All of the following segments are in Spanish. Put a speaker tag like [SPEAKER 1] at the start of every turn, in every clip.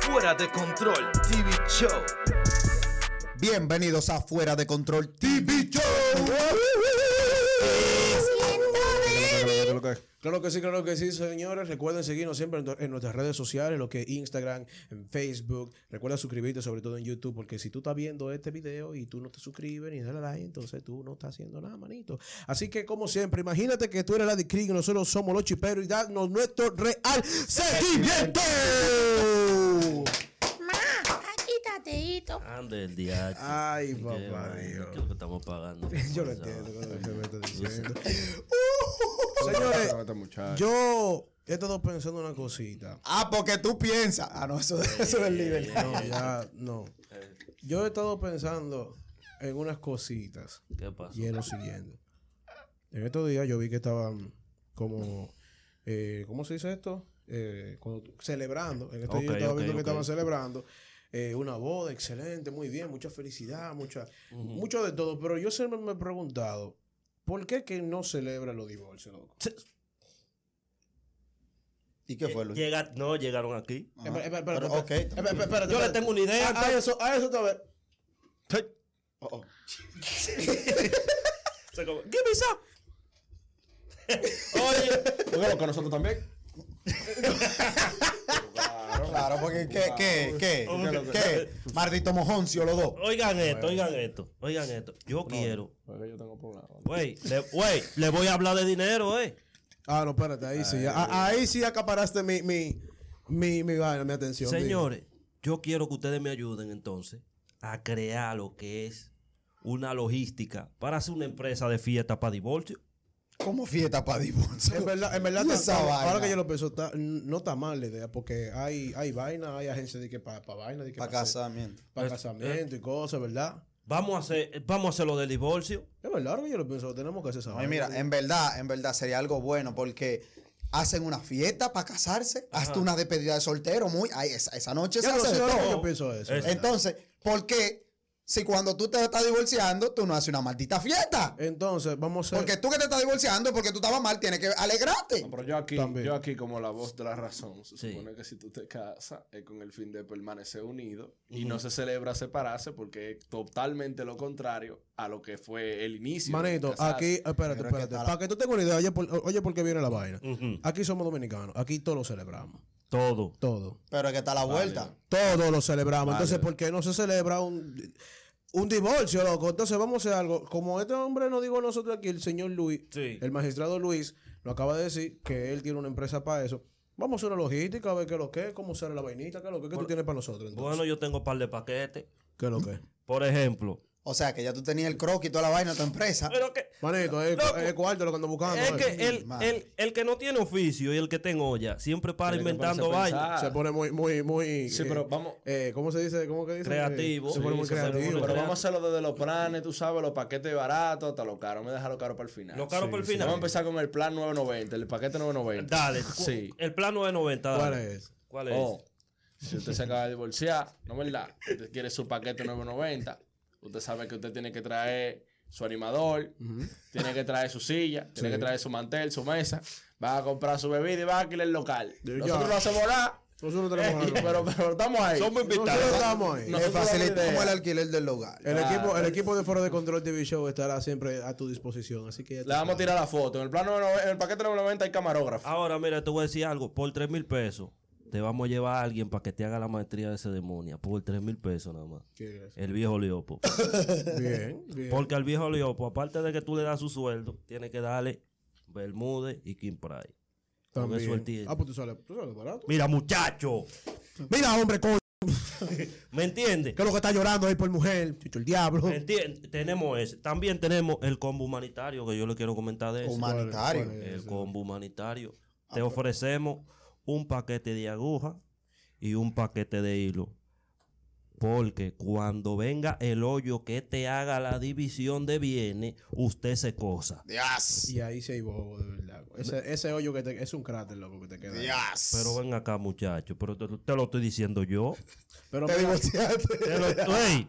[SPEAKER 1] Fuera de Control TV Show.
[SPEAKER 2] Bienvenidos a Fuera de Control TV Show.
[SPEAKER 3] Claro que sí, claro que sí, señores. Recuerden seguirnos siempre en, en nuestras redes sociales, lo que es Instagram, en Facebook. Recuerda suscribirte, sobre todo en YouTube, porque si tú estás viendo este video y tú no te suscribes ni dale like, entonces tú no estás haciendo nada, manito. Así que, como siempre, imagínate que tú eres la de Krieg y nosotros somos los chiperos y danos nuestro real seguimiento.
[SPEAKER 4] Ma, quítate, hito.
[SPEAKER 5] Ande el día.
[SPEAKER 3] Ay, Ah, papá Dios.
[SPEAKER 5] ¿Qué es lo que estamos pagando?
[SPEAKER 3] Yo lo
[SPEAKER 5] Esa
[SPEAKER 3] entiendo
[SPEAKER 5] vaina.
[SPEAKER 3] con lo que me estás diciendo. Señores, yo he estado pensando una cosita.
[SPEAKER 2] Ah, porque tú piensas. Ah, no, eso, eso es el nivel.
[SPEAKER 3] No, ya, no. Yo he estado pensando en unas cositas
[SPEAKER 5] ¿Qué pasó?
[SPEAKER 3] y es lo siguiente. En estos días yo vi que estaban como, eh, ¿cómo se dice esto? Eh, como celebrando. En estos días yo
[SPEAKER 5] Ok,
[SPEAKER 3] estaba
[SPEAKER 5] ok,
[SPEAKER 3] viendo
[SPEAKER 5] ok.
[SPEAKER 3] que estaban celebrando eh, una boda excelente, muy bien, mucha felicidad, mucha, mucho de todo. Pero yo siempre me he preguntado, ¿por qué que no celebran los divorcios, loco?
[SPEAKER 2] ¿Y qué fue, Luis?
[SPEAKER 5] Llega- no, llegaron aquí.
[SPEAKER 2] Ajá.
[SPEAKER 3] Espera, espera, espera,
[SPEAKER 2] Pero,
[SPEAKER 3] espera.
[SPEAKER 2] ok.
[SPEAKER 3] Espera, espera, espera,
[SPEAKER 5] Yo le
[SPEAKER 3] espera.
[SPEAKER 5] tengo una idea.
[SPEAKER 3] A, a eso, a eso otra vez.
[SPEAKER 2] Oh, oh.
[SPEAKER 5] Se como, Give me some. Oye,
[SPEAKER 6] Bueno, con nosotros también.
[SPEAKER 2] Claro, porque ¿qué? ¿Qué? ¿Qué?
[SPEAKER 5] Ok.
[SPEAKER 2] ¿Qué? Maldito mojoncio, los dos.
[SPEAKER 5] oigan esto, oigan esto, oigan esto. Yo quiero.
[SPEAKER 6] Porque yo tengo problemas.
[SPEAKER 5] Wey, le, wey, le voy a hablar de dinero, eh.
[SPEAKER 3] Ah, no, espérate, ahí sí. ya. Ah, ahí sí acaparaste mi, mi, mi, mi, vaina, mi atención.
[SPEAKER 5] Señores, yo quiero que ustedes me ayuden entonces a crear lo que es una logística para hacer una empresa de fiesta para divorcio.
[SPEAKER 2] ¿Cómo fiesta para
[SPEAKER 3] diga.
[SPEAKER 2] divorcio?
[SPEAKER 3] En verdad, en verdad,
[SPEAKER 2] ¿Y
[SPEAKER 3] tan-
[SPEAKER 2] esa
[SPEAKER 3] tan-
[SPEAKER 2] vaina?
[SPEAKER 3] ahora que yo lo pienso, está- no está mal la idea, porque hay, hay vaina, hay agencias de que para vaina, de que
[SPEAKER 2] Para
[SPEAKER 3] pa-
[SPEAKER 2] casamiento.
[SPEAKER 3] pa casamiento y cosas, ¿verdad?
[SPEAKER 5] Vamos a hacer, vamos a hacer lo del divorcio.
[SPEAKER 3] Es verdad, ahora que yo lo pienso, tenemos que hacer esa
[SPEAKER 2] Ay, mira, en verdad, en verdad sería algo bueno porque hacen una fiesta para casarse, hasta una despedida de soltero, muy. Ay, esa, esa noche se
[SPEAKER 3] Ya no
[SPEAKER 2] hace
[SPEAKER 3] sé,
[SPEAKER 2] de
[SPEAKER 3] ahora que
[SPEAKER 2] todo.
[SPEAKER 3] yo pienso eso.
[SPEAKER 5] Es-
[SPEAKER 2] Entonces, ¿por qué si cuando tú te estás divorciando, tú no haces una maldita fiesta?
[SPEAKER 3] Entonces, vamos a hacer.
[SPEAKER 2] Porque tú que te estás divorciando, porque tú estabas mal, tienes que alegrarte.
[SPEAKER 6] No, pero yo aquí,
[SPEAKER 3] También.
[SPEAKER 6] yo aquí como la voz de la razón, se
[SPEAKER 5] Sí.
[SPEAKER 6] supone que si tú te casas es con el fin de permanecer unido y no se celebra separarse porque es totalmente lo contrario a lo que fue el inicio. de
[SPEAKER 3] Manito,
[SPEAKER 6] casarse.
[SPEAKER 3] aquí, espérate,
[SPEAKER 2] Pero es que
[SPEAKER 3] espérate.
[SPEAKER 2] está la-
[SPEAKER 3] Para que tú tengas una idea, oye, por, oye, ¿por qué viene la vaina?
[SPEAKER 5] Ujú.
[SPEAKER 3] Aquí somos dominicanos, aquí todos lo celebramos,
[SPEAKER 5] Todo.
[SPEAKER 3] todo.
[SPEAKER 2] Pero es que está la vuelta.
[SPEAKER 3] Todos lo celebramos.
[SPEAKER 6] Vale.
[SPEAKER 3] Entonces, ¿por qué no se celebra un, un divorcio, loco? Entonces, vamos a hacer algo. Como este hombre nos dijo a nosotros aquí, el señor Luis,
[SPEAKER 5] Sí.
[SPEAKER 3] el magistrado Luis, nos acaba de decir que él tiene una empresa para eso. Vamos a hacer una logística, a ver qué es lo que es, cómo será la vainita, qué es lo que, es que tú tienes para nosotros. Entonces.
[SPEAKER 5] Bueno, yo tengo un par de paquetes.
[SPEAKER 3] ¿Qué es lo que es?
[SPEAKER 5] Por ejemplo.
[SPEAKER 2] O sea, que ya tú tenías el croquis y toda la vaina de tu empresa.
[SPEAKER 5] Pero que.
[SPEAKER 3] Manito, es,
[SPEAKER 5] Loco.
[SPEAKER 3] es cuarto lo que ando buscando.
[SPEAKER 5] es
[SPEAKER 3] eh.
[SPEAKER 5] que el,
[SPEAKER 2] madre.
[SPEAKER 5] el, el que no tiene oficio y el que tenga olla siempre para
[SPEAKER 6] Tiene que
[SPEAKER 5] inventando
[SPEAKER 6] ponerse a
[SPEAKER 5] vainas.
[SPEAKER 6] pensar.
[SPEAKER 3] Se pone muy, muy, muy.
[SPEAKER 6] Sí,
[SPEAKER 3] eh,
[SPEAKER 6] pero vamos-
[SPEAKER 3] eh, ¿Cómo se dice? ¿Cómo que dice?
[SPEAKER 5] Creativo.
[SPEAKER 3] Se pone
[SPEAKER 5] Sí,
[SPEAKER 3] muy
[SPEAKER 5] se pone
[SPEAKER 3] creativo.
[SPEAKER 5] muy
[SPEAKER 6] Pero
[SPEAKER 5] creativo.
[SPEAKER 6] vamos a hacerlo desde los planes, tú sabes, los paquetes baratos hasta lo caro. Me deja lo caro para el final.
[SPEAKER 5] Lo caro
[SPEAKER 3] Sí,
[SPEAKER 5] por el
[SPEAKER 3] sí.
[SPEAKER 5] final.
[SPEAKER 6] Vamos a empezar con el plan 990, el paquete 990.
[SPEAKER 5] Dale.
[SPEAKER 6] Sí.
[SPEAKER 5] El plan 990.
[SPEAKER 3] ¿Cuál
[SPEAKER 5] dale.
[SPEAKER 3] es?
[SPEAKER 5] ¿Cuál es?
[SPEAKER 6] Oh, si usted se acaba de divorciar, no verdad, usted quiere su paquete 990, usted sabe que usted tiene que traer su animador, tiene que traer su silla, tiene que traer su mantel, su mesa, va a comprar su bebida y va a alquilar el local.
[SPEAKER 3] Ya.
[SPEAKER 6] Nosotros no hacemos nada,
[SPEAKER 3] Nosotros
[SPEAKER 6] eh,
[SPEAKER 3] tenemos algo.
[SPEAKER 6] pero, pero estamos ahí.
[SPEAKER 5] Somos invitados.
[SPEAKER 3] Nosotros estamos ahí.
[SPEAKER 6] No,
[SPEAKER 2] Le
[SPEAKER 6] no tengo ni
[SPEAKER 2] facilitamos
[SPEAKER 6] idea.
[SPEAKER 2] el alquiler del lugar.
[SPEAKER 3] El,
[SPEAKER 6] Claro.
[SPEAKER 3] equipo, el
[SPEAKER 2] pues,
[SPEAKER 3] equipo de Foro de Control TV Show estará siempre a tu disposición. Así que ya
[SPEAKER 6] Le vamos a tirar la foto. En el, plano, en el paquete 990 hay camarógrafo.
[SPEAKER 5] Ahora, mira, te voy a decir algo. Por 3 mil pesos, te vamos a llevar a alguien para que te haga la maestría de ese demonio. Por 3 mil pesos nada más.
[SPEAKER 3] tirar.
[SPEAKER 5] El viejo Leopo.
[SPEAKER 3] Bien, bien.
[SPEAKER 5] Porque al viejo Leopo, aparte de que tú le das su sueldo, tiene que darle Bermúdez y King Pride. Con eso él
[SPEAKER 3] También.
[SPEAKER 5] tiene.
[SPEAKER 3] Ah, pues tú sales, tú sales barato.
[SPEAKER 5] Mira, muchacho.
[SPEAKER 3] Mira, hombre, coño,
[SPEAKER 5] ¿Me entiendes?
[SPEAKER 3] que es lo que está llorando ahí por mujer. Chicho, el diablo.
[SPEAKER 5] Enti- Tenemos ese. También tenemos el combo humanitario, que yo le quiero comentar de eso.
[SPEAKER 2] Humanitario.
[SPEAKER 3] ¿Cuál es?
[SPEAKER 5] el combo humanitario. Te ofrecemos un paquete de aguja y un paquete de hilo. Porque cuando venga el hoyo que te haga la división de bienes, usted se cosa.
[SPEAKER 2] Dios.
[SPEAKER 3] Y ahí se hay bobo, de verdad. güey. Ese, ese hoyo que te, es un cráter, loco, que te queda. ahí.
[SPEAKER 2] Dios.
[SPEAKER 5] Pero ven acá, muchacho, pero te, te lo estoy diciendo yo.
[SPEAKER 3] Pero
[SPEAKER 2] Te
[SPEAKER 3] mira,
[SPEAKER 5] Te
[SPEAKER 2] divorciaste.
[SPEAKER 5] lo estoy,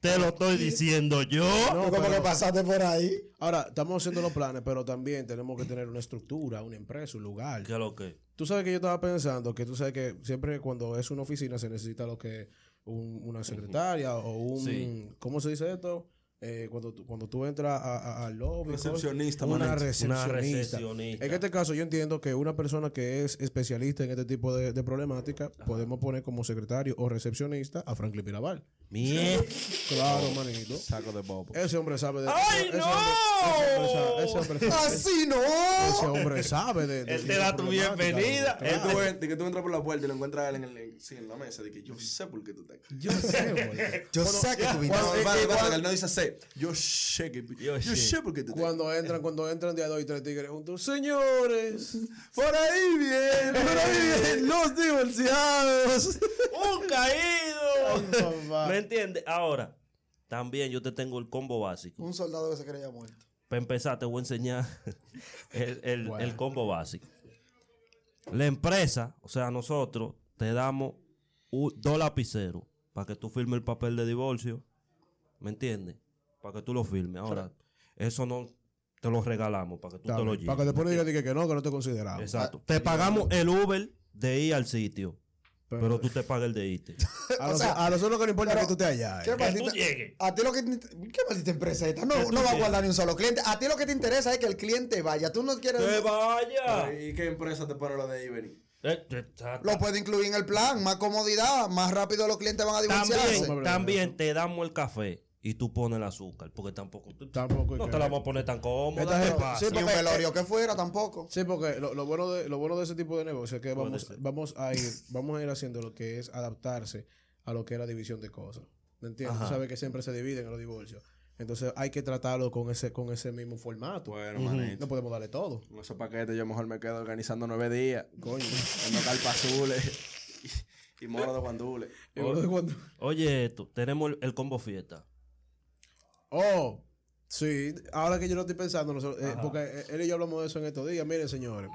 [SPEAKER 5] te lo estoy diciendo yo.
[SPEAKER 3] no,
[SPEAKER 2] Tú como
[SPEAKER 3] pero-
[SPEAKER 2] que pasaste por ahí.
[SPEAKER 3] ahora, estamos haciendo los planes, pero también tenemos que tener una estructura, una empresa, un lugar.
[SPEAKER 5] ¿Qué es lo que?
[SPEAKER 3] Tú sabes que yo estaba pensando que tú sabes que siempre cuando es una oficina se necesita lo que un- una secretaria o un
[SPEAKER 5] Sí.
[SPEAKER 3] ¿cómo se dice esto? Eh, cuando, tú- cuando tú entras a- a- a- al lobby.
[SPEAKER 6] Recepcionista,
[SPEAKER 3] cosas. una
[SPEAKER 6] manito.
[SPEAKER 3] recepcionista.
[SPEAKER 5] Una recepcionista.
[SPEAKER 3] En este caso yo entiendo que una persona que es especialista en este tipo de, de problemática podemos poner como secretario o recepcionista a Franklin Mirabal.
[SPEAKER 5] Mierda.
[SPEAKER 3] Claro,
[SPEAKER 5] Oh,
[SPEAKER 3] manito.
[SPEAKER 6] Saco de bobo.
[SPEAKER 3] Ese hombre sabe de...
[SPEAKER 5] ¡Ay,
[SPEAKER 3] ese
[SPEAKER 5] no!
[SPEAKER 3] hombre- ese hombre sabe- ese hombre sabe-
[SPEAKER 2] ¡Así
[SPEAKER 3] ese
[SPEAKER 2] no!
[SPEAKER 3] hombre sabe de... de-
[SPEAKER 5] Él
[SPEAKER 3] de
[SPEAKER 5] te da tu
[SPEAKER 3] problemática,
[SPEAKER 5] bienvenida.
[SPEAKER 3] loco.
[SPEAKER 6] De que, tú, en- de que tú entras por la puerta y lo encuentras a él en, el, en- sí, en la mesa. De que yo sé por qué tú estás aquí.
[SPEAKER 3] Yo sé, güey.
[SPEAKER 2] Yo sé que tú viniste.
[SPEAKER 6] No,
[SPEAKER 5] eh,
[SPEAKER 6] para,
[SPEAKER 5] eh,
[SPEAKER 6] para,
[SPEAKER 5] cuando-
[SPEAKER 6] él no dice sé. Yo sé que
[SPEAKER 5] Yo
[SPEAKER 6] yo,
[SPEAKER 5] sé.
[SPEAKER 6] sé por qué tú estás aquí.
[SPEAKER 3] Cuando entran, cuando entran de a dos y tres tigres juntos, señores,
[SPEAKER 6] Por ahí viene. Por ahí viene.
[SPEAKER 3] los divorciados.
[SPEAKER 5] ¡Un caído!
[SPEAKER 3] Papá.
[SPEAKER 5] ¿Me entiendes? Ahora, también yo te tengo el combo básico.
[SPEAKER 2] Un soldado que se creía muerto.
[SPEAKER 5] Para empezar, te voy a enseñar el, el-
[SPEAKER 3] Bueno.
[SPEAKER 5] el combo básico. La empresa, o sea, nosotros te damos u- dos lapiceros para que tú firmes el papel de divorcio. ¿Me entiendes? Para que tú lo firmes. Ahora, eso no te lo regalamos para que tú te lo lleves.
[SPEAKER 3] Para que Ah, después no digas que, que no, que no te consideramos.
[SPEAKER 5] Exacto. Te pagamos el Uber de ir al sitio, pero tú te pagas el de irte.
[SPEAKER 3] Ah, a,
[SPEAKER 2] O
[SPEAKER 3] los-
[SPEAKER 2] sea,
[SPEAKER 3] a nosotros lo que nos importa es
[SPEAKER 2] pero-
[SPEAKER 3] que tú te allá. eh.
[SPEAKER 2] ¿Qué
[SPEAKER 5] Que tú
[SPEAKER 2] maldita-
[SPEAKER 5] llegues.
[SPEAKER 2] A ti lo que ¿Qué maldita empresa es esta? No, no va a
[SPEAKER 5] llegues.
[SPEAKER 2] guardar ni un solo cliente. A ti lo que te interesa es que el cliente vaya. Tú no quieres.
[SPEAKER 5] ¡Que vaya!
[SPEAKER 6] ¿Y qué empresa te pone la de Ibery?
[SPEAKER 5] Eh, te- ta-
[SPEAKER 2] Lo puede incluir en el plan. Más comodidad, más rápido los clientes van a divorciarse.
[SPEAKER 5] También, también te damos el café y tú pones el azúcar, porque tampoco, tú-
[SPEAKER 3] Tampoco hay
[SPEAKER 5] no
[SPEAKER 3] que-
[SPEAKER 5] te la vamos a poner tan
[SPEAKER 3] Esta
[SPEAKER 5] cómoda.
[SPEAKER 3] gente-
[SPEAKER 5] ¿qué pasa?
[SPEAKER 3] sí,
[SPEAKER 2] Ni un
[SPEAKER 3] porque-
[SPEAKER 2] velorio que fuera tampoco.
[SPEAKER 3] Sí, porque lo, lo bueno de, lo bueno de ese tipo de negocio es que
[SPEAKER 5] Puede
[SPEAKER 3] vamos,
[SPEAKER 5] ser.
[SPEAKER 3] vamos, a ir, vamos a ir haciendo lo que es adaptarse a lo que es la división de cosas. ¿Me entiendes? Tú
[SPEAKER 5] Ajá.
[SPEAKER 3] sabes que siempre se dividen en los divorcios. Entonces hay que tratarlo con ese, con ese mismo formato.
[SPEAKER 6] Bueno, manito.
[SPEAKER 3] No podemos darle todo.
[SPEAKER 6] Con esos paquetes yo mejor me quedo organizando nueve días. Coño. Con los calpazules y, y moros de guandules.
[SPEAKER 3] Yo- cuando-
[SPEAKER 5] Oye, esto, tenemos el, el combo fiesta.
[SPEAKER 3] Oh, sí, ahora que yo lo estoy pensando, nosotros- eh, porque eh, él y yo hablamos de eso en estos días. Miren, señores,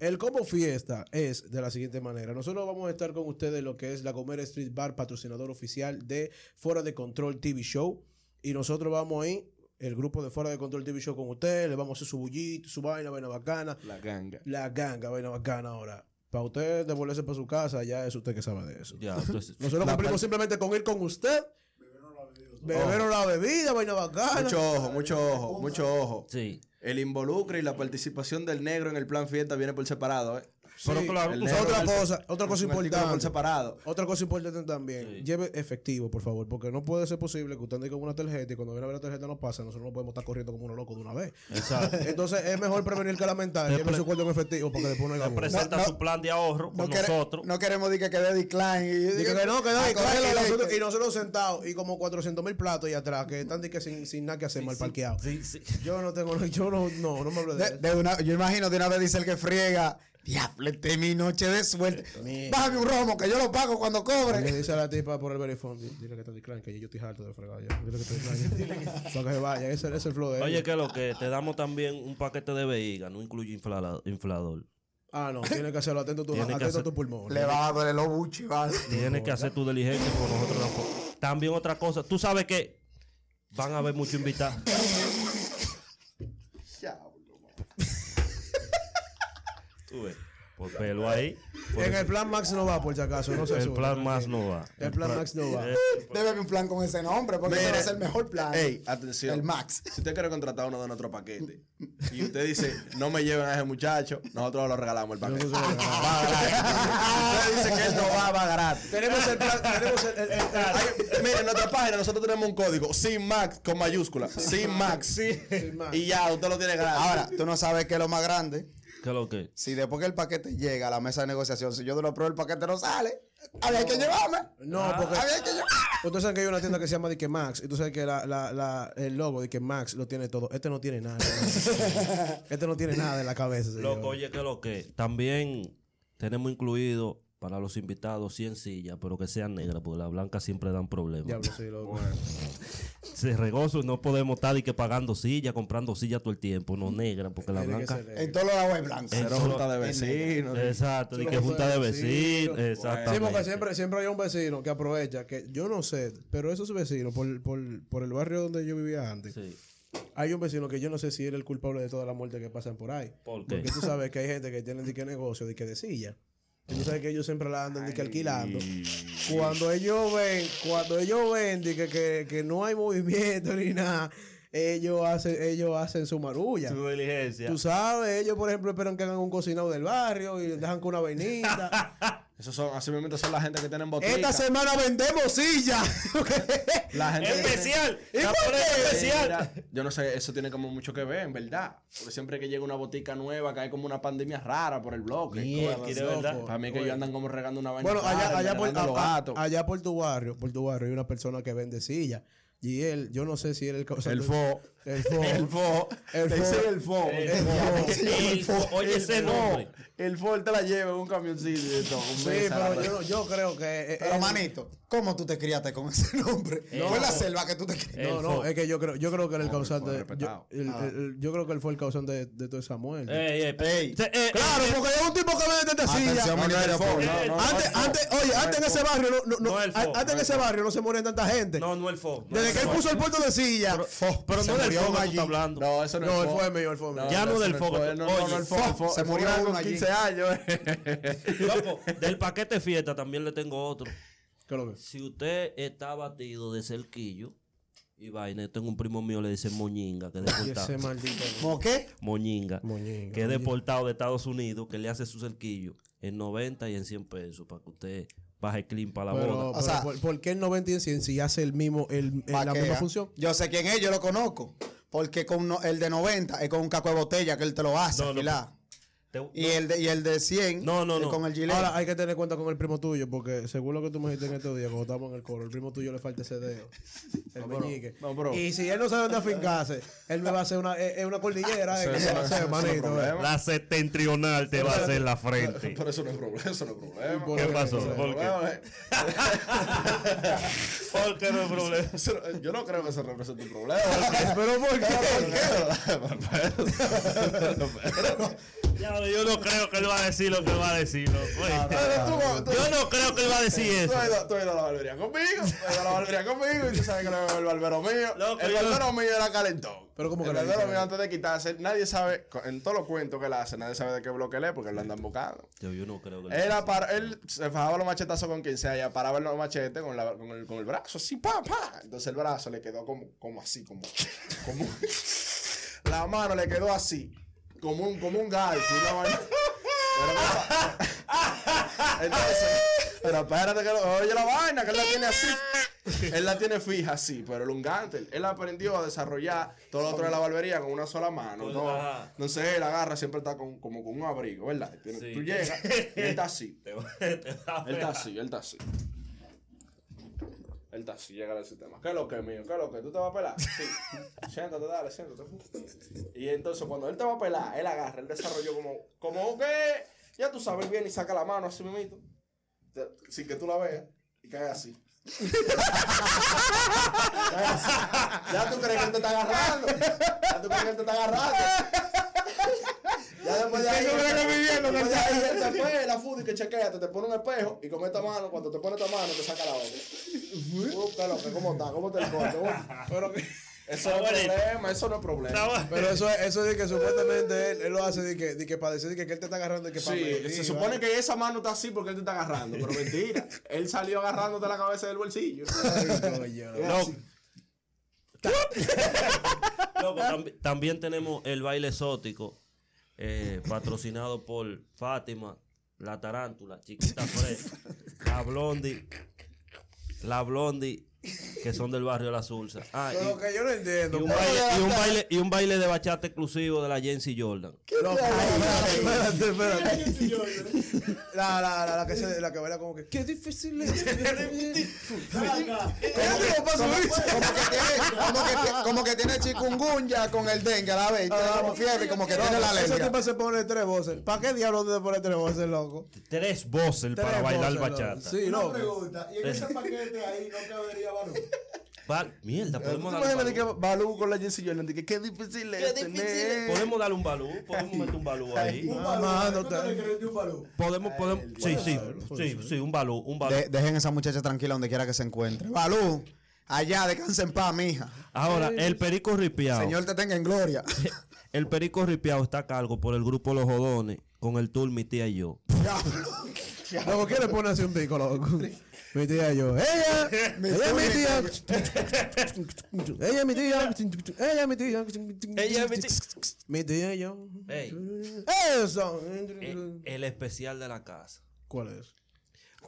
[SPEAKER 3] el Combo Fiesta es de la siguiente manera. Nosotros vamos a estar con ustedes en lo que es la Comer Street Bar, patrocinador oficial de Fuera de Control TV Show. Y nosotros vamos ahí, el grupo de Fuera de Control TV Show con ustedes, le vamos a hacer su bullito, su vaina, vaina bacana.
[SPEAKER 6] La ganga.
[SPEAKER 3] La ganga, vaina bacana ahora. Para usted devolverse para su casa, ya es usted que sabe de eso.
[SPEAKER 5] Ya, entonces,
[SPEAKER 3] Nosotros cumplimos simplemente con ir con usted. Beberon la bebida, vaina bacana.
[SPEAKER 6] Mucho ojo, mucho ojo, mucho ojo.
[SPEAKER 5] sí.
[SPEAKER 6] El involucre y la participación del negro en el plan fiesta viene por separado, ¿eh?
[SPEAKER 5] Pero claro,
[SPEAKER 6] El
[SPEAKER 5] tú
[SPEAKER 3] o sea,
[SPEAKER 5] sabes-
[SPEAKER 6] negro
[SPEAKER 3] otra
[SPEAKER 6] es
[SPEAKER 3] cosa- otra
[SPEAKER 6] es
[SPEAKER 3] cosa
[SPEAKER 6] un artículo
[SPEAKER 3] importante.
[SPEAKER 6] Por separado.
[SPEAKER 3] Otra cosa importante también,
[SPEAKER 5] Sí.
[SPEAKER 3] lleve efectivo, por favor, porque no puede ser posible que usted ande con una tarjeta y cuando viene a ver la tarjeta no pasa, nosotros no podemos estar corriendo como unos locos de una vez.
[SPEAKER 5] Exacto.
[SPEAKER 3] Entonces es mejor prevenir que lamentar, lleve
[SPEAKER 5] pre-
[SPEAKER 3] su cuarto en efectivo porque después no hay amor.
[SPEAKER 5] presenta
[SPEAKER 2] no.
[SPEAKER 5] su plan de ahorro
[SPEAKER 2] No,
[SPEAKER 5] con
[SPEAKER 2] quere-
[SPEAKER 5] nosotros.
[SPEAKER 2] no queremos decir que quede decline. Y,
[SPEAKER 3] Dice que no, que no,
[SPEAKER 2] Ah,
[SPEAKER 3] y, claro,
[SPEAKER 2] cógelo,
[SPEAKER 3] y nosotros,
[SPEAKER 2] que-
[SPEAKER 3] y nosotros sentados y como 400 mil platos y atrás, que están de que sin, sin nada que hacer, mal parqueados.
[SPEAKER 5] Sí, sí.
[SPEAKER 3] Yo no tengo, yo no, no, no me hablo de,
[SPEAKER 2] de-
[SPEAKER 3] eso.
[SPEAKER 2] de una- yo imagino de una vez dice el que friega. Diablete, mi noche de suerte. Bájame un romo que yo lo pago cuando
[SPEAKER 3] Y Le
[SPEAKER 2] cobre.
[SPEAKER 3] dice a la tipa por el verifón, "Di- dile que está decline, que yo estoy harto de fregar ya. Dile que está decline. ya". Para que se vaya, ese ese es el flow de
[SPEAKER 5] Oye,
[SPEAKER 3] ella.
[SPEAKER 5] que lo que te damos también un paquete de veiga, no incluye inflala- inflador.
[SPEAKER 3] Ah, no, tienes que hacerlo atento a tu,
[SPEAKER 5] Tiene que
[SPEAKER 3] atento a
[SPEAKER 5] hacer-
[SPEAKER 3] tu pulmón.
[SPEAKER 2] Le va a doler los buchis, vale.
[SPEAKER 5] Tienes que hacer tu diligencia con nosotros tampoco. También otra cosa, tú sabes que van a haber muchos invitados. Tú ves, por pelo ahí. por
[SPEAKER 3] En el plan Max no va, por si acaso. No se
[SPEAKER 5] el
[SPEAKER 3] sube,
[SPEAKER 5] plan más
[SPEAKER 3] tranquilo.
[SPEAKER 5] no va.
[SPEAKER 3] El plan Max no va.
[SPEAKER 5] Eh,
[SPEAKER 2] Débeme un plan con ese nombre porque ese
[SPEAKER 6] Mire.
[SPEAKER 2] va a ser el mejor plan.
[SPEAKER 6] Ey, atención.
[SPEAKER 2] El Max.
[SPEAKER 6] Si usted quiere contratar uno de nuestros paquetes y usted dice, no me lleven a ese muchacho, nosotros lo regalamos el paquete.
[SPEAKER 3] Nosotros se lo regalamos.
[SPEAKER 6] va gratis. Si usted dice que él no va, va gratis.
[SPEAKER 3] Tenemos el plan, tenemos el, el- el- el-
[SPEAKER 6] Hay- mire, en nuestra página nosotros tenemos un código, sin Max, con mayúscula, sin Max.
[SPEAKER 3] Sin Max.
[SPEAKER 6] Y ya, usted lo tiene gratis.
[SPEAKER 2] Ahora, tú no sabes qué es lo más grande.
[SPEAKER 5] ¿Qué es lo que?
[SPEAKER 2] Si después que el paquete llega a la mesa de negociación, si yo no lo apruebo, el paquete no sale. Había que llevarme. Ah,
[SPEAKER 3] No, porque
[SPEAKER 2] Había que llevarme.
[SPEAKER 3] ustedes saben que hay una tienda que se llama Dique Max. Y tú sabes que la, la, la- el logo de que Max lo tiene todo. Este no tiene nada. este no tiene nada en la cabeza. señor.
[SPEAKER 5] Loco, oye, ¿qué es lo que? También tenemos incluido Para los invitados, 100 sillas, pero que sean negras, porque las blancas siempre dan problemas.
[SPEAKER 3] Diablo, sí, loco.
[SPEAKER 5] Se regozo, no podemos estar y que pagando sillas, comprando sillas todo el tiempo, no negras, porque las
[SPEAKER 3] Tiene que
[SPEAKER 5] blancas.
[SPEAKER 3] ser eh, negro.
[SPEAKER 2] En todos los lados es blanco.
[SPEAKER 5] En
[SPEAKER 2] Pero-
[SPEAKER 5] todos-
[SPEAKER 7] junta de
[SPEAKER 2] en negro.
[SPEAKER 7] vecinos.
[SPEAKER 5] Exacto,
[SPEAKER 3] Sí,
[SPEAKER 5] y que
[SPEAKER 3] porque
[SPEAKER 5] junta de
[SPEAKER 3] fue vecinos.
[SPEAKER 5] vecinos,
[SPEAKER 3] Bueno. Sí,
[SPEAKER 5] exactamente.
[SPEAKER 3] porque siempre, siempre hay un vecino que aprovecha, que yo no sé, pero esos vecinos, por, por, por el barrio donde yo vivía antes,
[SPEAKER 5] Sí.
[SPEAKER 3] hay un vecino que yo no sé si era el culpable de todas las muertes que pasan por ahí.
[SPEAKER 5] ¿Por qué?
[SPEAKER 3] Porque tú sabes que hay gente que tiene que negocio, de que de silla. Y tú sabes que ellos siempre la andan de que alquilando. Cuando ellos ven, cuando ellos ven de que, que, que no hay movimiento ni nada, ellos hacen, ellos hacen su marulla.
[SPEAKER 5] Su diligencia.
[SPEAKER 3] Tú sabes, ellos por ejemplo esperan que hagan un cocinado del barrio y les dejan con una vainita.
[SPEAKER 6] Esos son, así mismo son la gente que tienen botica.
[SPEAKER 3] Esta semana vendemos sillas.
[SPEAKER 6] La gente que tiene-
[SPEAKER 5] Especial.
[SPEAKER 3] ¿Y
[SPEAKER 5] la
[SPEAKER 3] por qué?
[SPEAKER 5] prensa especial.
[SPEAKER 6] Mira, yo no sé, eso tiene como mucho que ver, en verdad. Porque siempre que llega una botica nueva, cae como una pandemia rara por el bloque.
[SPEAKER 5] Mierda, sí, ¿verdad?
[SPEAKER 6] Para mí que ellos andan como regando una vaina.
[SPEAKER 3] Bueno, allá,
[SPEAKER 6] rara,
[SPEAKER 3] allá, por,
[SPEAKER 6] envenenando los
[SPEAKER 3] a- a-
[SPEAKER 6] gatos.
[SPEAKER 3] allá por tu barrio, por tu barrio hay una persona que vende sillas. Y él, yo no sé si era el causante.
[SPEAKER 7] El fo.
[SPEAKER 3] El fo.
[SPEAKER 7] El fo.
[SPEAKER 3] El
[SPEAKER 7] El
[SPEAKER 3] fo.
[SPEAKER 7] fo. El fo.
[SPEAKER 5] El
[SPEAKER 7] El
[SPEAKER 5] fo.
[SPEAKER 7] fo.
[SPEAKER 5] El fo. Oye, ese nombre.
[SPEAKER 6] El Ford te la lleva en un camioncito y todo. con
[SPEAKER 3] Sí,
[SPEAKER 6] mesa,
[SPEAKER 3] pero
[SPEAKER 6] la-
[SPEAKER 3] yo, no- yo creo que. eh,
[SPEAKER 2] Pero
[SPEAKER 3] él-
[SPEAKER 2] manito, ¿cómo tú te criaste con ese nombre?
[SPEAKER 5] No.
[SPEAKER 2] Fue la selva que tú te criaste.
[SPEAKER 5] El
[SPEAKER 3] No, eh. no,
[SPEAKER 5] fo.
[SPEAKER 3] es que yo creo, yo creo que era el
[SPEAKER 6] Hombre,
[SPEAKER 3] causante.
[SPEAKER 6] fue
[SPEAKER 3] de- Yo,
[SPEAKER 6] respetado.
[SPEAKER 3] el- el- el- yo creo que él fue el causante de, de toda esa muerte.
[SPEAKER 5] Ey, ey, pe-
[SPEAKER 2] Ey.
[SPEAKER 5] se- eh,
[SPEAKER 3] claro,
[SPEAKER 5] eh,
[SPEAKER 3] porque es un tipo que vende esta silla.
[SPEAKER 2] Atención, Ministerio Público.
[SPEAKER 5] no, no,
[SPEAKER 3] antes, antes, oye, antes en ese barrio, no, no, no,
[SPEAKER 5] No, el fo,
[SPEAKER 3] a- antes
[SPEAKER 5] no,
[SPEAKER 3] en ese barrio no se muere tanta gente.
[SPEAKER 5] No, no el fo. no
[SPEAKER 3] Desde
[SPEAKER 5] el
[SPEAKER 3] que él
[SPEAKER 5] fo.
[SPEAKER 3] puso el puerto de silla.
[SPEAKER 2] Fo,
[SPEAKER 5] Pero
[SPEAKER 2] se
[SPEAKER 5] no del
[SPEAKER 2] murió
[SPEAKER 5] fo que
[SPEAKER 2] uno
[SPEAKER 5] tú
[SPEAKER 2] allí.
[SPEAKER 5] estás hablando.
[SPEAKER 6] No, eso no,
[SPEAKER 3] no, él
[SPEAKER 6] Ford.
[SPEAKER 3] fue mío, él fue mío.
[SPEAKER 5] Ya no
[SPEAKER 6] eso
[SPEAKER 5] del
[SPEAKER 6] es
[SPEAKER 5] Ford.
[SPEAKER 6] Ford, No, no,
[SPEAKER 5] Oye,
[SPEAKER 6] no, el Ford. el Ford-
[SPEAKER 2] se
[SPEAKER 6] el Ford
[SPEAKER 2] murió
[SPEAKER 6] era
[SPEAKER 2] uno
[SPEAKER 6] con
[SPEAKER 2] allí.
[SPEAKER 6] 15 años.
[SPEAKER 5] Loco, del paquete fiesta también le tengo otro.
[SPEAKER 3] ¿Qué lo que?
[SPEAKER 5] Si usted está batido de cerquillo y vaina, yo tengo un primo mío le dice moñinga, que es
[SPEAKER 3] Y ese
[SPEAKER 5] deportado.
[SPEAKER 3] maldito.
[SPEAKER 2] ¿Cómo qué?
[SPEAKER 5] moñinga,
[SPEAKER 3] Moñinga,
[SPEAKER 5] que es
[SPEAKER 3] oye.
[SPEAKER 5] deportado de Estados Unidos, que le hace su cerquillo en 90 y en 100 pesos para que usted baje clean para la
[SPEAKER 3] Pero,
[SPEAKER 5] boda.
[SPEAKER 3] pero
[SPEAKER 2] sea-
[SPEAKER 3] ¿por, por qué el 90 y el 100 si hace el mismo, el, el- la
[SPEAKER 2] Vaquea.
[SPEAKER 3] misma función?
[SPEAKER 2] Yo sé quién es, yo lo conozco. Porque con no- el de 90 es con un caco de botella que él te lo hace,
[SPEAKER 5] No, no,
[SPEAKER 2] afilar.
[SPEAKER 5] Te-
[SPEAKER 2] y,
[SPEAKER 5] no,
[SPEAKER 2] el de, y el de 100
[SPEAKER 5] No, no,
[SPEAKER 2] es
[SPEAKER 5] no.
[SPEAKER 2] con el gilet.
[SPEAKER 3] Ahora hay que tener cuenta con el primo tuyo, porque según lo que tú me dijiste en estos días, cuando estábamos en el coro, el primo tuyo le falta ese dedo. El meñique.
[SPEAKER 6] no, bro.
[SPEAKER 3] Y si él no sabe dónde afincarse, él me va a hacer una, es es una cordillera. eh, que se va a hacer, manito, eh.
[SPEAKER 6] problema.
[SPEAKER 5] la septentrional te va a hacer la frente.
[SPEAKER 6] Pero eso no es problema, eso no es problema.
[SPEAKER 3] Por
[SPEAKER 5] ¿Qué
[SPEAKER 3] eso,
[SPEAKER 5] pasó?
[SPEAKER 3] eh.
[SPEAKER 5] ¿Por qué? ¿Por qué no hay problema?
[SPEAKER 6] Eso no- Yo no creo que eso represente un problema.
[SPEAKER 3] Pero ¿por qué?
[SPEAKER 5] Ya, yo no creo que él va a decir lo que él va a decir. loco. Yo no creo que él va a decir
[SPEAKER 6] Tú
[SPEAKER 5] eso.
[SPEAKER 6] has ido- tú has ido a la barbería conmigo, tú has ido a la barbería conmigo y tú sabes que no es el barbero mío.
[SPEAKER 5] Loco,
[SPEAKER 6] el
[SPEAKER 5] yo-
[SPEAKER 6] barbero mío era calentón.
[SPEAKER 3] Pero ¿cómo que
[SPEAKER 6] el
[SPEAKER 3] le
[SPEAKER 6] barbero
[SPEAKER 3] dicen?
[SPEAKER 6] mío antes de quitarse, nadie sabe, en todos los cuentos que él hace, nadie sabe de qué bloque él es porque él lo andan buscando.
[SPEAKER 5] Yo, Eh, yo no creo que él-
[SPEAKER 6] Era para, él se fajaba los machetazos con quien sea y paraba los machetes con, la- con el, con el brazo, así, pa, pa. Entonces el brazo le quedó como, como así, como, como, la mano le quedó así, como un, como un gancho, una vaina. Pero, papá, Entonces, pero espérate que lo- oye la vaina, que él la tiene así. Él la tiene fija así, pero el un gantel. Él aprendió a desarrollar todo lo otro de la barbería con una sola mano.
[SPEAKER 5] Con
[SPEAKER 6] No,
[SPEAKER 5] la-
[SPEAKER 6] no sé, él agarra, siempre está con, como con un abrigo, ¿verdad? Tiene-
[SPEAKER 5] Sí.
[SPEAKER 6] Tú llegas, y él está así.
[SPEAKER 5] Te va- te va a
[SPEAKER 6] Él está
[SPEAKER 5] pegar.
[SPEAKER 6] así, él está así. Él está así, llega al sistema. ¿Qué es lo que, mío? ¿Qué es lo que? ¿Tú te vas a pelar? Sí. siéntate, dale, siéntate. Y entonces, cuando él te va a pelar, él agarra, él desarrolló como, como que ya tú sabes bien y saca la mano así mismito. te- Sin que tú la veas y cae así. Cae así. Ya tú crees que él te está agarrando. Ya tú crees que él te está agarrando. Ya después de ahí. después de ahí, él te fue, la food y que chequea, te, te pone un espejo y con esta mano, cuando te pone esta mano, te saca la otra. Búscalo, que cómo está, cómo te lo corto.
[SPEAKER 3] Pero, que-
[SPEAKER 6] Eso no es
[SPEAKER 5] Abuelito.
[SPEAKER 6] problema, eso no es problema.
[SPEAKER 5] Estaba-
[SPEAKER 3] pero eso es eso de que supuestamente él, él lo hace de que, de que para decir de que, él te está agarrando y que para
[SPEAKER 6] Sí,
[SPEAKER 3] medir,
[SPEAKER 6] se supone
[SPEAKER 3] ¿vale?
[SPEAKER 6] que esa mano está así porque él te está agarrando, pero mentira. Él salió agarrándote la cabeza del bolsillo.
[SPEAKER 3] Ay, coño.
[SPEAKER 5] Loco. Loco, tambi- también tenemos el baile exótico eh, patrocinado por Fátima, la tarántula, Chiquita Fresca, la Blondie, la Blondie que son del barrio La Sulsa. Ah,
[SPEAKER 3] Lo
[SPEAKER 5] y,
[SPEAKER 3] que yo no
[SPEAKER 5] y
[SPEAKER 3] entiendo.
[SPEAKER 5] un baile, y, un baile, y un baile de bachata exclusivo de la Jency Jordan.
[SPEAKER 3] No, espérate, espérate, espérate. La, la, la, la que se, la que baila como que. Qué difícil es.
[SPEAKER 2] Como que tiene, como que, ti- como que tiene chikungunya con el dengue a la vez. Tiene como fiebre y como que tiene la
[SPEAKER 3] Ah, Ese
[SPEAKER 2] alergia.
[SPEAKER 3] tipo se pone tres voces. ¿Para qué diablos te pone tres voces, loco?
[SPEAKER 5] Tres voces
[SPEAKER 3] Tres
[SPEAKER 5] para bailar
[SPEAKER 3] voces, loco.
[SPEAKER 5] bachata.
[SPEAKER 3] Sí,
[SPEAKER 7] Una
[SPEAKER 3] loco.
[SPEAKER 7] pregunta. ¿Y en
[SPEAKER 5] Es-
[SPEAKER 7] ese paquete ahí no cabería balón?
[SPEAKER 5] Pa- Mierda,
[SPEAKER 6] ¿Tú te
[SPEAKER 5] podemos darle
[SPEAKER 6] imaginas
[SPEAKER 5] un
[SPEAKER 6] de que
[SPEAKER 5] balú.
[SPEAKER 6] Balú con la Jesse Jordan? De que qué difícil es tener.
[SPEAKER 5] Podemos darle un balú, podemos meter un balú ahí.
[SPEAKER 7] Un
[SPEAKER 3] Ah,
[SPEAKER 7] balón.
[SPEAKER 3] mano,
[SPEAKER 7] ¿Cuánto
[SPEAKER 3] está-
[SPEAKER 7] le crees de un balón?
[SPEAKER 5] Podemos, podemos. Sí, sí, sí, sí, un balú, un balú.
[SPEAKER 2] De- dejen esa muchacha tranquila donde quiera que se encuentre. Balú, allá, descansen en paz, mija.
[SPEAKER 5] Ahora, el perico ripiado.
[SPEAKER 2] Señor te tenga en gloria.
[SPEAKER 5] El perico ripiado está a cargo por el grupo Los Jodones con el tour Mi tía y yo.
[SPEAKER 3] Loco, ¿qué le pone así un pico, loco? Mi tía yo. Ella, ella es mi tía. Ella es mi tía. Ella es mi tía.
[SPEAKER 5] Ella es mi tía.
[SPEAKER 3] Mi tía yo.
[SPEAKER 5] Ey.
[SPEAKER 3] Eso.
[SPEAKER 5] El, Eh, el especial de la casa.
[SPEAKER 3] ¿Cuál es?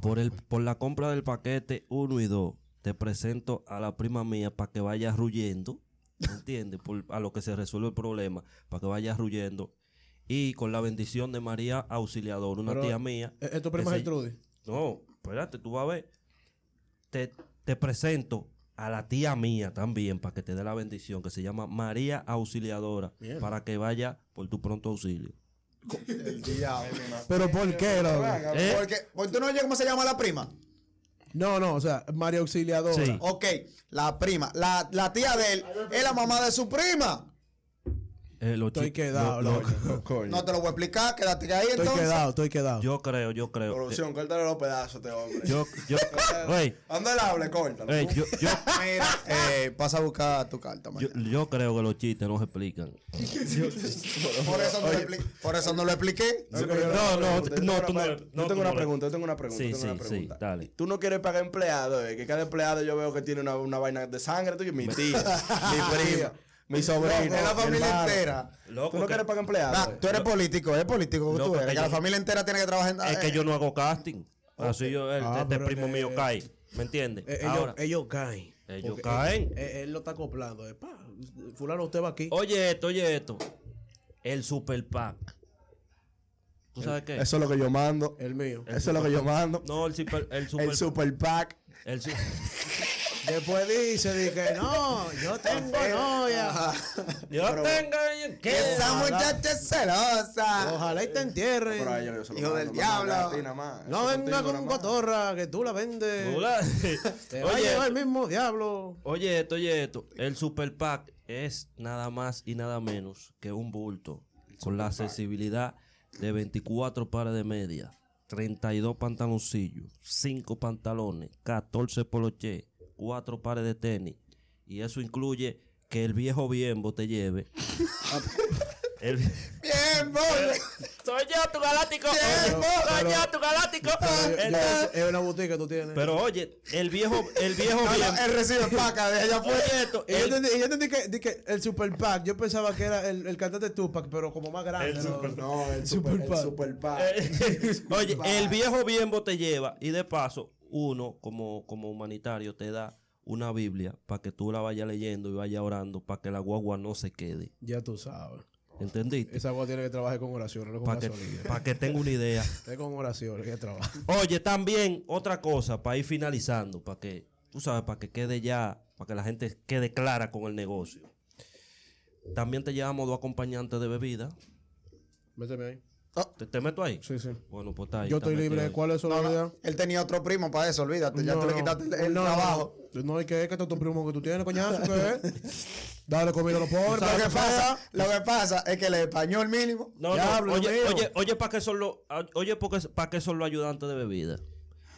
[SPEAKER 5] Por, el, por la compra del paquete 1 y 2, te presento a la prima mía para que vaya ruyendo. ¿Entiendes? Por- A lo que se resuelve el problema, para que vaya ruyendo. Y con la bendición de María Auxiliadora, una
[SPEAKER 3] Pero,
[SPEAKER 5] tía mía.
[SPEAKER 3] ¿E- ¿Es tu prima
[SPEAKER 5] Ese-
[SPEAKER 3] Gertrudis?
[SPEAKER 5] No, espérate, tú vas a ver. Te, te presento a la tía mía también para que te dé la bendición, que se llama María Auxiliadora, para que vaya por tu pronto auxilio.
[SPEAKER 2] El diablo.
[SPEAKER 3] ¿Pero por qué, loco?
[SPEAKER 5] ¿Eh?
[SPEAKER 2] Porque, porque tú no oyes cómo se llama la prima.
[SPEAKER 3] No, no, o sea, María Auxiliadora.
[SPEAKER 5] Sí.
[SPEAKER 2] Ok, la prima. La, la tía de él es la mamá de su prima.
[SPEAKER 5] Eh, los
[SPEAKER 3] Estoy
[SPEAKER 5] chi-
[SPEAKER 3] quedado,
[SPEAKER 5] lo- lo-
[SPEAKER 3] loco.
[SPEAKER 2] No te lo voy a explicar, quédate ahí
[SPEAKER 3] Estoy
[SPEAKER 2] entonces.
[SPEAKER 3] quedado, estoy quedado.
[SPEAKER 5] Yo creo, yo creo. eh,
[SPEAKER 6] Producción, córtale los pedazos, este hombre.
[SPEAKER 5] Yo, yo, Ey,
[SPEAKER 6] Anda el hable, córtalo.
[SPEAKER 5] ey, yo, yo-
[SPEAKER 2] Mira, eh, pasa a buscar tu carta,
[SPEAKER 5] yo-
[SPEAKER 2] mañana.
[SPEAKER 5] yo creo que los chistes no se explican.
[SPEAKER 2] Por eso, no lo expliqué, por eso no lo expliqué.
[SPEAKER 6] Sí, pero yo
[SPEAKER 5] No,
[SPEAKER 6] tengo una
[SPEAKER 5] no,
[SPEAKER 6] pregunta,
[SPEAKER 5] tú- no, tú no. no,
[SPEAKER 6] Yo
[SPEAKER 5] tú
[SPEAKER 6] tengo una
[SPEAKER 5] no.
[SPEAKER 6] pregunta, yo tengo una pregunta.
[SPEAKER 5] Sí,
[SPEAKER 6] yo tengo
[SPEAKER 5] sí,
[SPEAKER 6] una
[SPEAKER 5] sí,
[SPEAKER 6] pregunta.
[SPEAKER 5] dale.
[SPEAKER 6] Tú no quieres pagar empleados, eh, que cada empleado yo veo que tiene una, una vaina de sangre tuya. Mi tía, mi prima, mi sobrino.
[SPEAKER 2] Es la
[SPEAKER 6] mi
[SPEAKER 2] familia
[SPEAKER 6] hermano.
[SPEAKER 2] entera.
[SPEAKER 5] Loco,
[SPEAKER 6] Tú no
[SPEAKER 5] que-
[SPEAKER 6] quieres pagar empleados.
[SPEAKER 2] Nah,
[SPEAKER 6] eh.
[SPEAKER 2] Ah, tú eres político, es político que
[SPEAKER 5] Loco,
[SPEAKER 2] tú eres.
[SPEAKER 5] que
[SPEAKER 2] Que la
[SPEAKER 5] yo-
[SPEAKER 2] familia entera tiene que trabajar en eh,
[SPEAKER 5] es que yo no hago casting. Así yo, el,
[SPEAKER 3] Ah,
[SPEAKER 5] este
[SPEAKER 3] pero
[SPEAKER 5] primo
[SPEAKER 3] que-
[SPEAKER 5] mío cae. ¿Me entiendes?
[SPEAKER 3] Eh, ellos,
[SPEAKER 5] Ahora,
[SPEAKER 3] ellos caen.
[SPEAKER 5] ellos
[SPEAKER 3] Porque
[SPEAKER 5] caen. Oh.
[SPEAKER 3] Él, él- él lo está acoplando. eh, pa, fulano, usted va aquí.
[SPEAKER 5] Oye esto, oye esto. El super pack. ¿Tú sabes qué?
[SPEAKER 6] Eso es lo que yo mando.
[SPEAKER 3] El mío.
[SPEAKER 6] Eso es lo que yo mando.
[SPEAKER 5] No, el super, el super,
[SPEAKER 6] El super pack.
[SPEAKER 5] el su-
[SPEAKER 3] Después dice, dije, no, yo tengo novia.
[SPEAKER 5] Yo tengo ahí- ¿qué?
[SPEAKER 2] Esa muchacha es celosa.
[SPEAKER 3] Ojalá y te entierren.
[SPEAKER 6] Por ahí yo se lo
[SPEAKER 2] Hijo
[SPEAKER 6] mando,
[SPEAKER 2] del
[SPEAKER 6] me manda
[SPEAKER 2] diablo.
[SPEAKER 6] a ti nada más.
[SPEAKER 3] No
[SPEAKER 6] Eso
[SPEAKER 3] venga
[SPEAKER 6] contigo
[SPEAKER 3] con
[SPEAKER 6] nada más.
[SPEAKER 3] cotorra, que tú la vendes.
[SPEAKER 5] Hola.
[SPEAKER 3] Te va a llevar
[SPEAKER 5] oye,
[SPEAKER 3] el mismo diablo.
[SPEAKER 5] oye esto, oye esto. El super pack es nada más y nada menos que un bulto con la accesibilidad de 24 pares de medias, 32 pantaloncillos, 5 pantalones, 14 poloché, 4 pares de tenis. Y eso incluye que el viejo bienbo te lleve. El-
[SPEAKER 2] Bien, bol.
[SPEAKER 5] Soy yo, tu galáctico.
[SPEAKER 3] Pero-
[SPEAKER 5] Soy
[SPEAKER 3] pero-
[SPEAKER 5] yo, tu galáctico.
[SPEAKER 3] Yo- yo-
[SPEAKER 5] Entonces-
[SPEAKER 3] Eh, es una boutique que tú tienes.
[SPEAKER 5] Ah, eh, Pero oye, el viejo, el viejo bienbo.
[SPEAKER 2] Él recibe paca de allá afuera.
[SPEAKER 5] Oye esto,
[SPEAKER 3] y yo
[SPEAKER 5] el-
[SPEAKER 3] entendí, y yo entendí que, di que el Super Pack, yo pensaba que era el, el cantante Tupac, pero como más grande. ¿no?
[SPEAKER 6] No,
[SPEAKER 2] eh.
[SPEAKER 6] el
[SPEAKER 3] Super
[SPEAKER 6] super, el
[SPEAKER 3] pack.
[SPEAKER 6] super pack.
[SPEAKER 5] Oye, el viejo bienbo te lleva y de paso, uno como, como humanitario te da una Biblia para que tú la vayas leyendo y vayas orando para que la guagua no se quede.
[SPEAKER 3] Ya tú sabes.
[SPEAKER 5] ¿Entendiste?
[SPEAKER 3] Esa agua tiene que trabajar con oraciones, no con
[SPEAKER 5] Para que,
[SPEAKER 3] gasolina.
[SPEAKER 5] pa' que tenga una idea.
[SPEAKER 3] Es con oraciones que trabaja.
[SPEAKER 5] Oye, también otra cosa para ir finalizando, para que, tú sabes, para que quede ya, para que la gente quede clara con el negocio. También te llevamos dos acompañantes de bebida.
[SPEAKER 3] Méteme ahí.
[SPEAKER 5] ¿Te, te meto ahí?
[SPEAKER 3] Sí, sí.
[SPEAKER 5] Bueno, pues está ahí.
[SPEAKER 3] Yo
[SPEAKER 5] está
[SPEAKER 3] estoy
[SPEAKER 5] metido
[SPEAKER 3] libre.
[SPEAKER 5] ahí.
[SPEAKER 3] ¿Cuál es su
[SPEAKER 2] No, no,
[SPEAKER 3] idea?
[SPEAKER 2] Él tenía otro primo para eso, olvídate. Ya
[SPEAKER 3] No,
[SPEAKER 2] tú le
[SPEAKER 3] no.
[SPEAKER 2] quitaste el, el
[SPEAKER 3] No, no,
[SPEAKER 2] trabajo.
[SPEAKER 3] No, no, es que es que estos son primos que tú tienes, coñazo, que es. Dale comida a los pobres.
[SPEAKER 2] Lo
[SPEAKER 3] para
[SPEAKER 2] que
[SPEAKER 3] que
[SPEAKER 2] pasa,
[SPEAKER 3] sea.
[SPEAKER 2] lo que pasa es que el español mínimo.
[SPEAKER 5] No, no,
[SPEAKER 3] Diablo,
[SPEAKER 5] oye,
[SPEAKER 3] mío.
[SPEAKER 5] oye, oye, ¿para qué son los, oye, para qué son los ayudantes de bebida?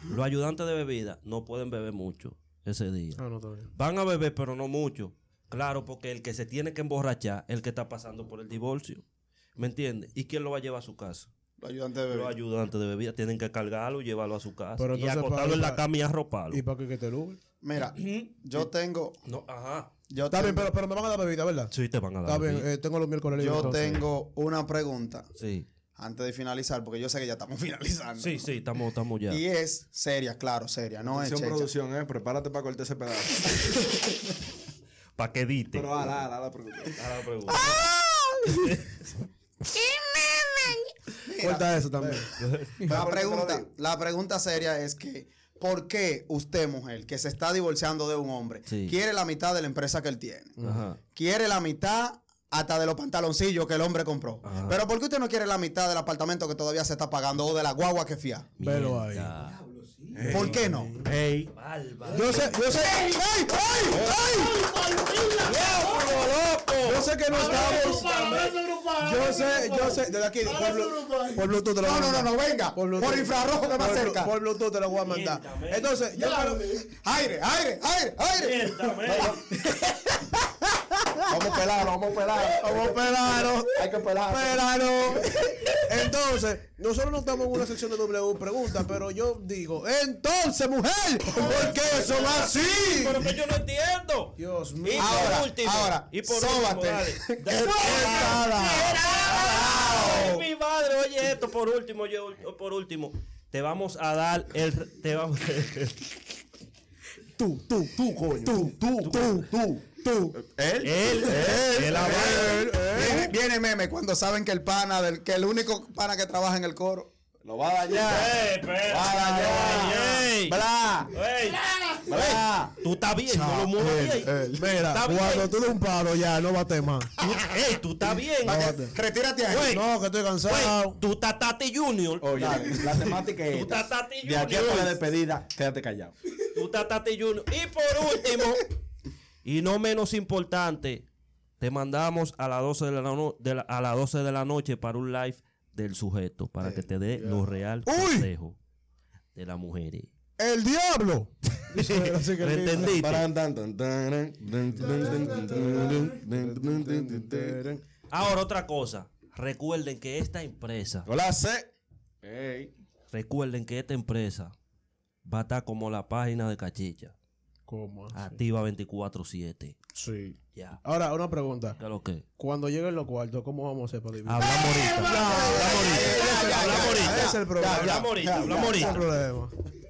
[SPEAKER 5] Los ayudantes de bebida no pueden beber mucho ese día.
[SPEAKER 3] Ah, no, está bien.
[SPEAKER 5] Van a beber, pero no mucho. Claro, porque el que se tiene que emborrachar, el que está pasando por el divorcio, ¿me entiendes? ¿Y quién lo va a llevar a su casa? Los ayudantes de bebida tienen que cargarlo y llevarlo a su casa.
[SPEAKER 3] Pero
[SPEAKER 5] y
[SPEAKER 3] entonces,
[SPEAKER 5] acotarlo
[SPEAKER 3] para-
[SPEAKER 5] en la cama y arroparlo.
[SPEAKER 3] ¿Y para qué que te lube?
[SPEAKER 2] Mira, yo tengo.
[SPEAKER 5] No, ajá.
[SPEAKER 2] Yo
[SPEAKER 3] Está bien,
[SPEAKER 2] tengo,
[SPEAKER 3] pero, pero me van a dar bebida, ¿verdad?
[SPEAKER 5] Sí, te van a dar.
[SPEAKER 3] Está bien,
[SPEAKER 5] bebida.
[SPEAKER 3] eh, tengo los miércoles libres.
[SPEAKER 2] yo
[SPEAKER 3] entonces.
[SPEAKER 2] tengo una pregunta.
[SPEAKER 5] Sí.
[SPEAKER 2] antes de finalizar, porque yo sé que ya estamos finalizando.
[SPEAKER 5] Sí, sí, estamos, estamos ya.
[SPEAKER 2] Y es seria, claro, seria, no es
[SPEAKER 8] Atención,
[SPEAKER 2] checha.
[SPEAKER 8] producción, eh. Prepárate para cortar ese pedazo.
[SPEAKER 5] Pa' que dite.
[SPEAKER 8] Pero ala, ala, la producción.
[SPEAKER 5] Ahora la pregunta.
[SPEAKER 4] ¡Qué maman!
[SPEAKER 3] Corta eso también.
[SPEAKER 2] La
[SPEAKER 8] te lo
[SPEAKER 2] pregunta,
[SPEAKER 8] digo.
[SPEAKER 2] la pregunta seria es que, ¿por qué usted, mujer, que se está divorciando de un hombre,
[SPEAKER 5] Sí.
[SPEAKER 2] quiere la mitad de la empresa que él tiene?
[SPEAKER 5] Ajá.
[SPEAKER 2] Quiere la mitad hasta de los pantaloncillos que el hombre compró.
[SPEAKER 5] Ajá.
[SPEAKER 2] Pero ¿por qué usted no quiere la mitad del apartamento que todavía se está pagando o de la guagua que fía?
[SPEAKER 3] Velo ahí.
[SPEAKER 5] Mierda.
[SPEAKER 3] Eh.
[SPEAKER 2] ¿Por qué no?
[SPEAKER 5] Ey. Bárbaro.
[SPEAKER 3] Yo sé, yo sé. ¡Ay, ay, ay! Yo sé que no estamos. Yo sé, yo sé. Desde aquí, por, Blu- por Bluetooth te lo voy
[SPEAKER 2] No, no, no,
[SPEAKER 3] a mandar.
[SPEAKER 2] no, venga. Por,
[SPEAKER 3] Bluetooth.
[SPEAKER 2] infrarrojo que más
[SPEAKER 3] Por Blu-
[SPEAKER 2] cerca.
[SPEAKER 3] Por Bluetooth te lo voy a mandar. Entonces, yo creo-
[SPEAKER 2] Aire, aire, aire, aire.
[SPEAKER 8] Vamos a pelarlo, vamos a pelarlo.
[SPEAKER 3] Vamos a pelarlo.
[SPEAKER 8] Hay que pelarlo.
[SPEAKER 3] Pelano. Entonces, nosotros no estamos en una sección de W preguntas, pero yo digo, entonces, mujer, ¿por qué eso va así?
[SPEAKER 5] Pero que yo no entiendo.
[SPEAKER 3] Dios
[SPEAKER 5] Y
[SPEAKER 3] mío.
[SPEAKER 5] por
[SPEAKER 2] Ahora,
[SPEAKER 5] último,
[SPEAKER 2] ahora,
[SPEAKER 5] y por
[SPEAKER 2] sóbate.
[SPEAKER 5] último, dale.
[SPEAKER 2] Descarado.
[SPEAKER 5] Ay, mi madre, oye esto por último, oye, ul- por último, te vamos a dar el te vamos
[SPEAKER 3] Tú, tú, tú, coño. Tú, tú, tú, tú, tú.
[SPEAKER 5] él él él habla-
[SPEAKER 2] Viene, viene meme cuando saben que el pana, del, que el único pana que trabaja en el coro.
[SPEAKER 8] Lo va a dañar.
[SPEAKER 5] Ey, espera. Ey, ey.
[SPEAKER 8] Bla,
[SPEAKER 5] Ey,
[SPEAKER 8] bla.
[SPEAKER 5] tú estás bien, no lo muevas bien.
[SPEAKER 3] Mira,
[SPEAKER 5] Está
[SPEAKER 3] cuando
[SPEAKER 5] bien.
[SPEAKER 3] tú de un palo ya, no bate más.
[SPEAKER 5] Tú- Ey, tú estás bien.
[SPEAKER 2] Pa' que- retírate ahí.
[SPEAKER 5] Güey,
[SPEAKER 3] No, que estoy
[SPEAKER 5] güey,
[SPEAKER 3] cansado.
[SPEAKER 5] tú estás Tati Junior.
[SPEAKER 8] Oye, la temática es
[SPEAKER 5] Tú
[SPEAKER 8] esta.
[SPEAKER 5] estás Tati
[SPEAKER 8] De aquí hasta la
[SPEAKER 5] Junior.
[SPEAKER 8] despedida, quédate callado.
[SPEAKER 5] Tú estás Tati Junior. Y por último, y no menos importante, te mandamos a las 12 de la, no- de la- a las 12 de la noche para un live del sujeto, para que te dé lo real consejo de las mujeres.
[SPEAKER 3] El diablo. Así que
[SPEAKER 5] ¿Lo
[SPEAKER 3] el mismo.
[SPEAKER 5] entendiste?
[SPEAKER 8] Paran, tan, tan, taran, dun, dun, dun, dun, dun, dun, dun, dun, dun, dun.
[SPEAKER 5] Ahora otra cosa. Recuerden que esta empresa,
[SPEAKER 8] Hola, C.
[SPEAKER 6] Ey.
[SPEAKER 5] recuerden que esta empresa va a estar como la página de Cachicha,
[SPEAKER 3] ¿Cómo?
[SPEAKER 5] activa 24/7.
[SPEAKER 3] Sí.
[SPEAKER 5] Ya.
[SPEAKER 3] Ahora, una pregunta.
[SPEAKER 5] ¿Qué es lo que?
[SPEAKER 3] Cuando lleguen los cuartos, ¿cómo vamos a hacer para dividir?
[SPEAKER 5] Hablamos ahorita.
[SPEAKER 3] Ese es el problema. Ah,
[SPEAKER 5] Hablamos ahorita, hablamos
[SPEAKER 3] Ese es
[SPEAKER 5] ahorita.
[SPEAKER 3] el problema.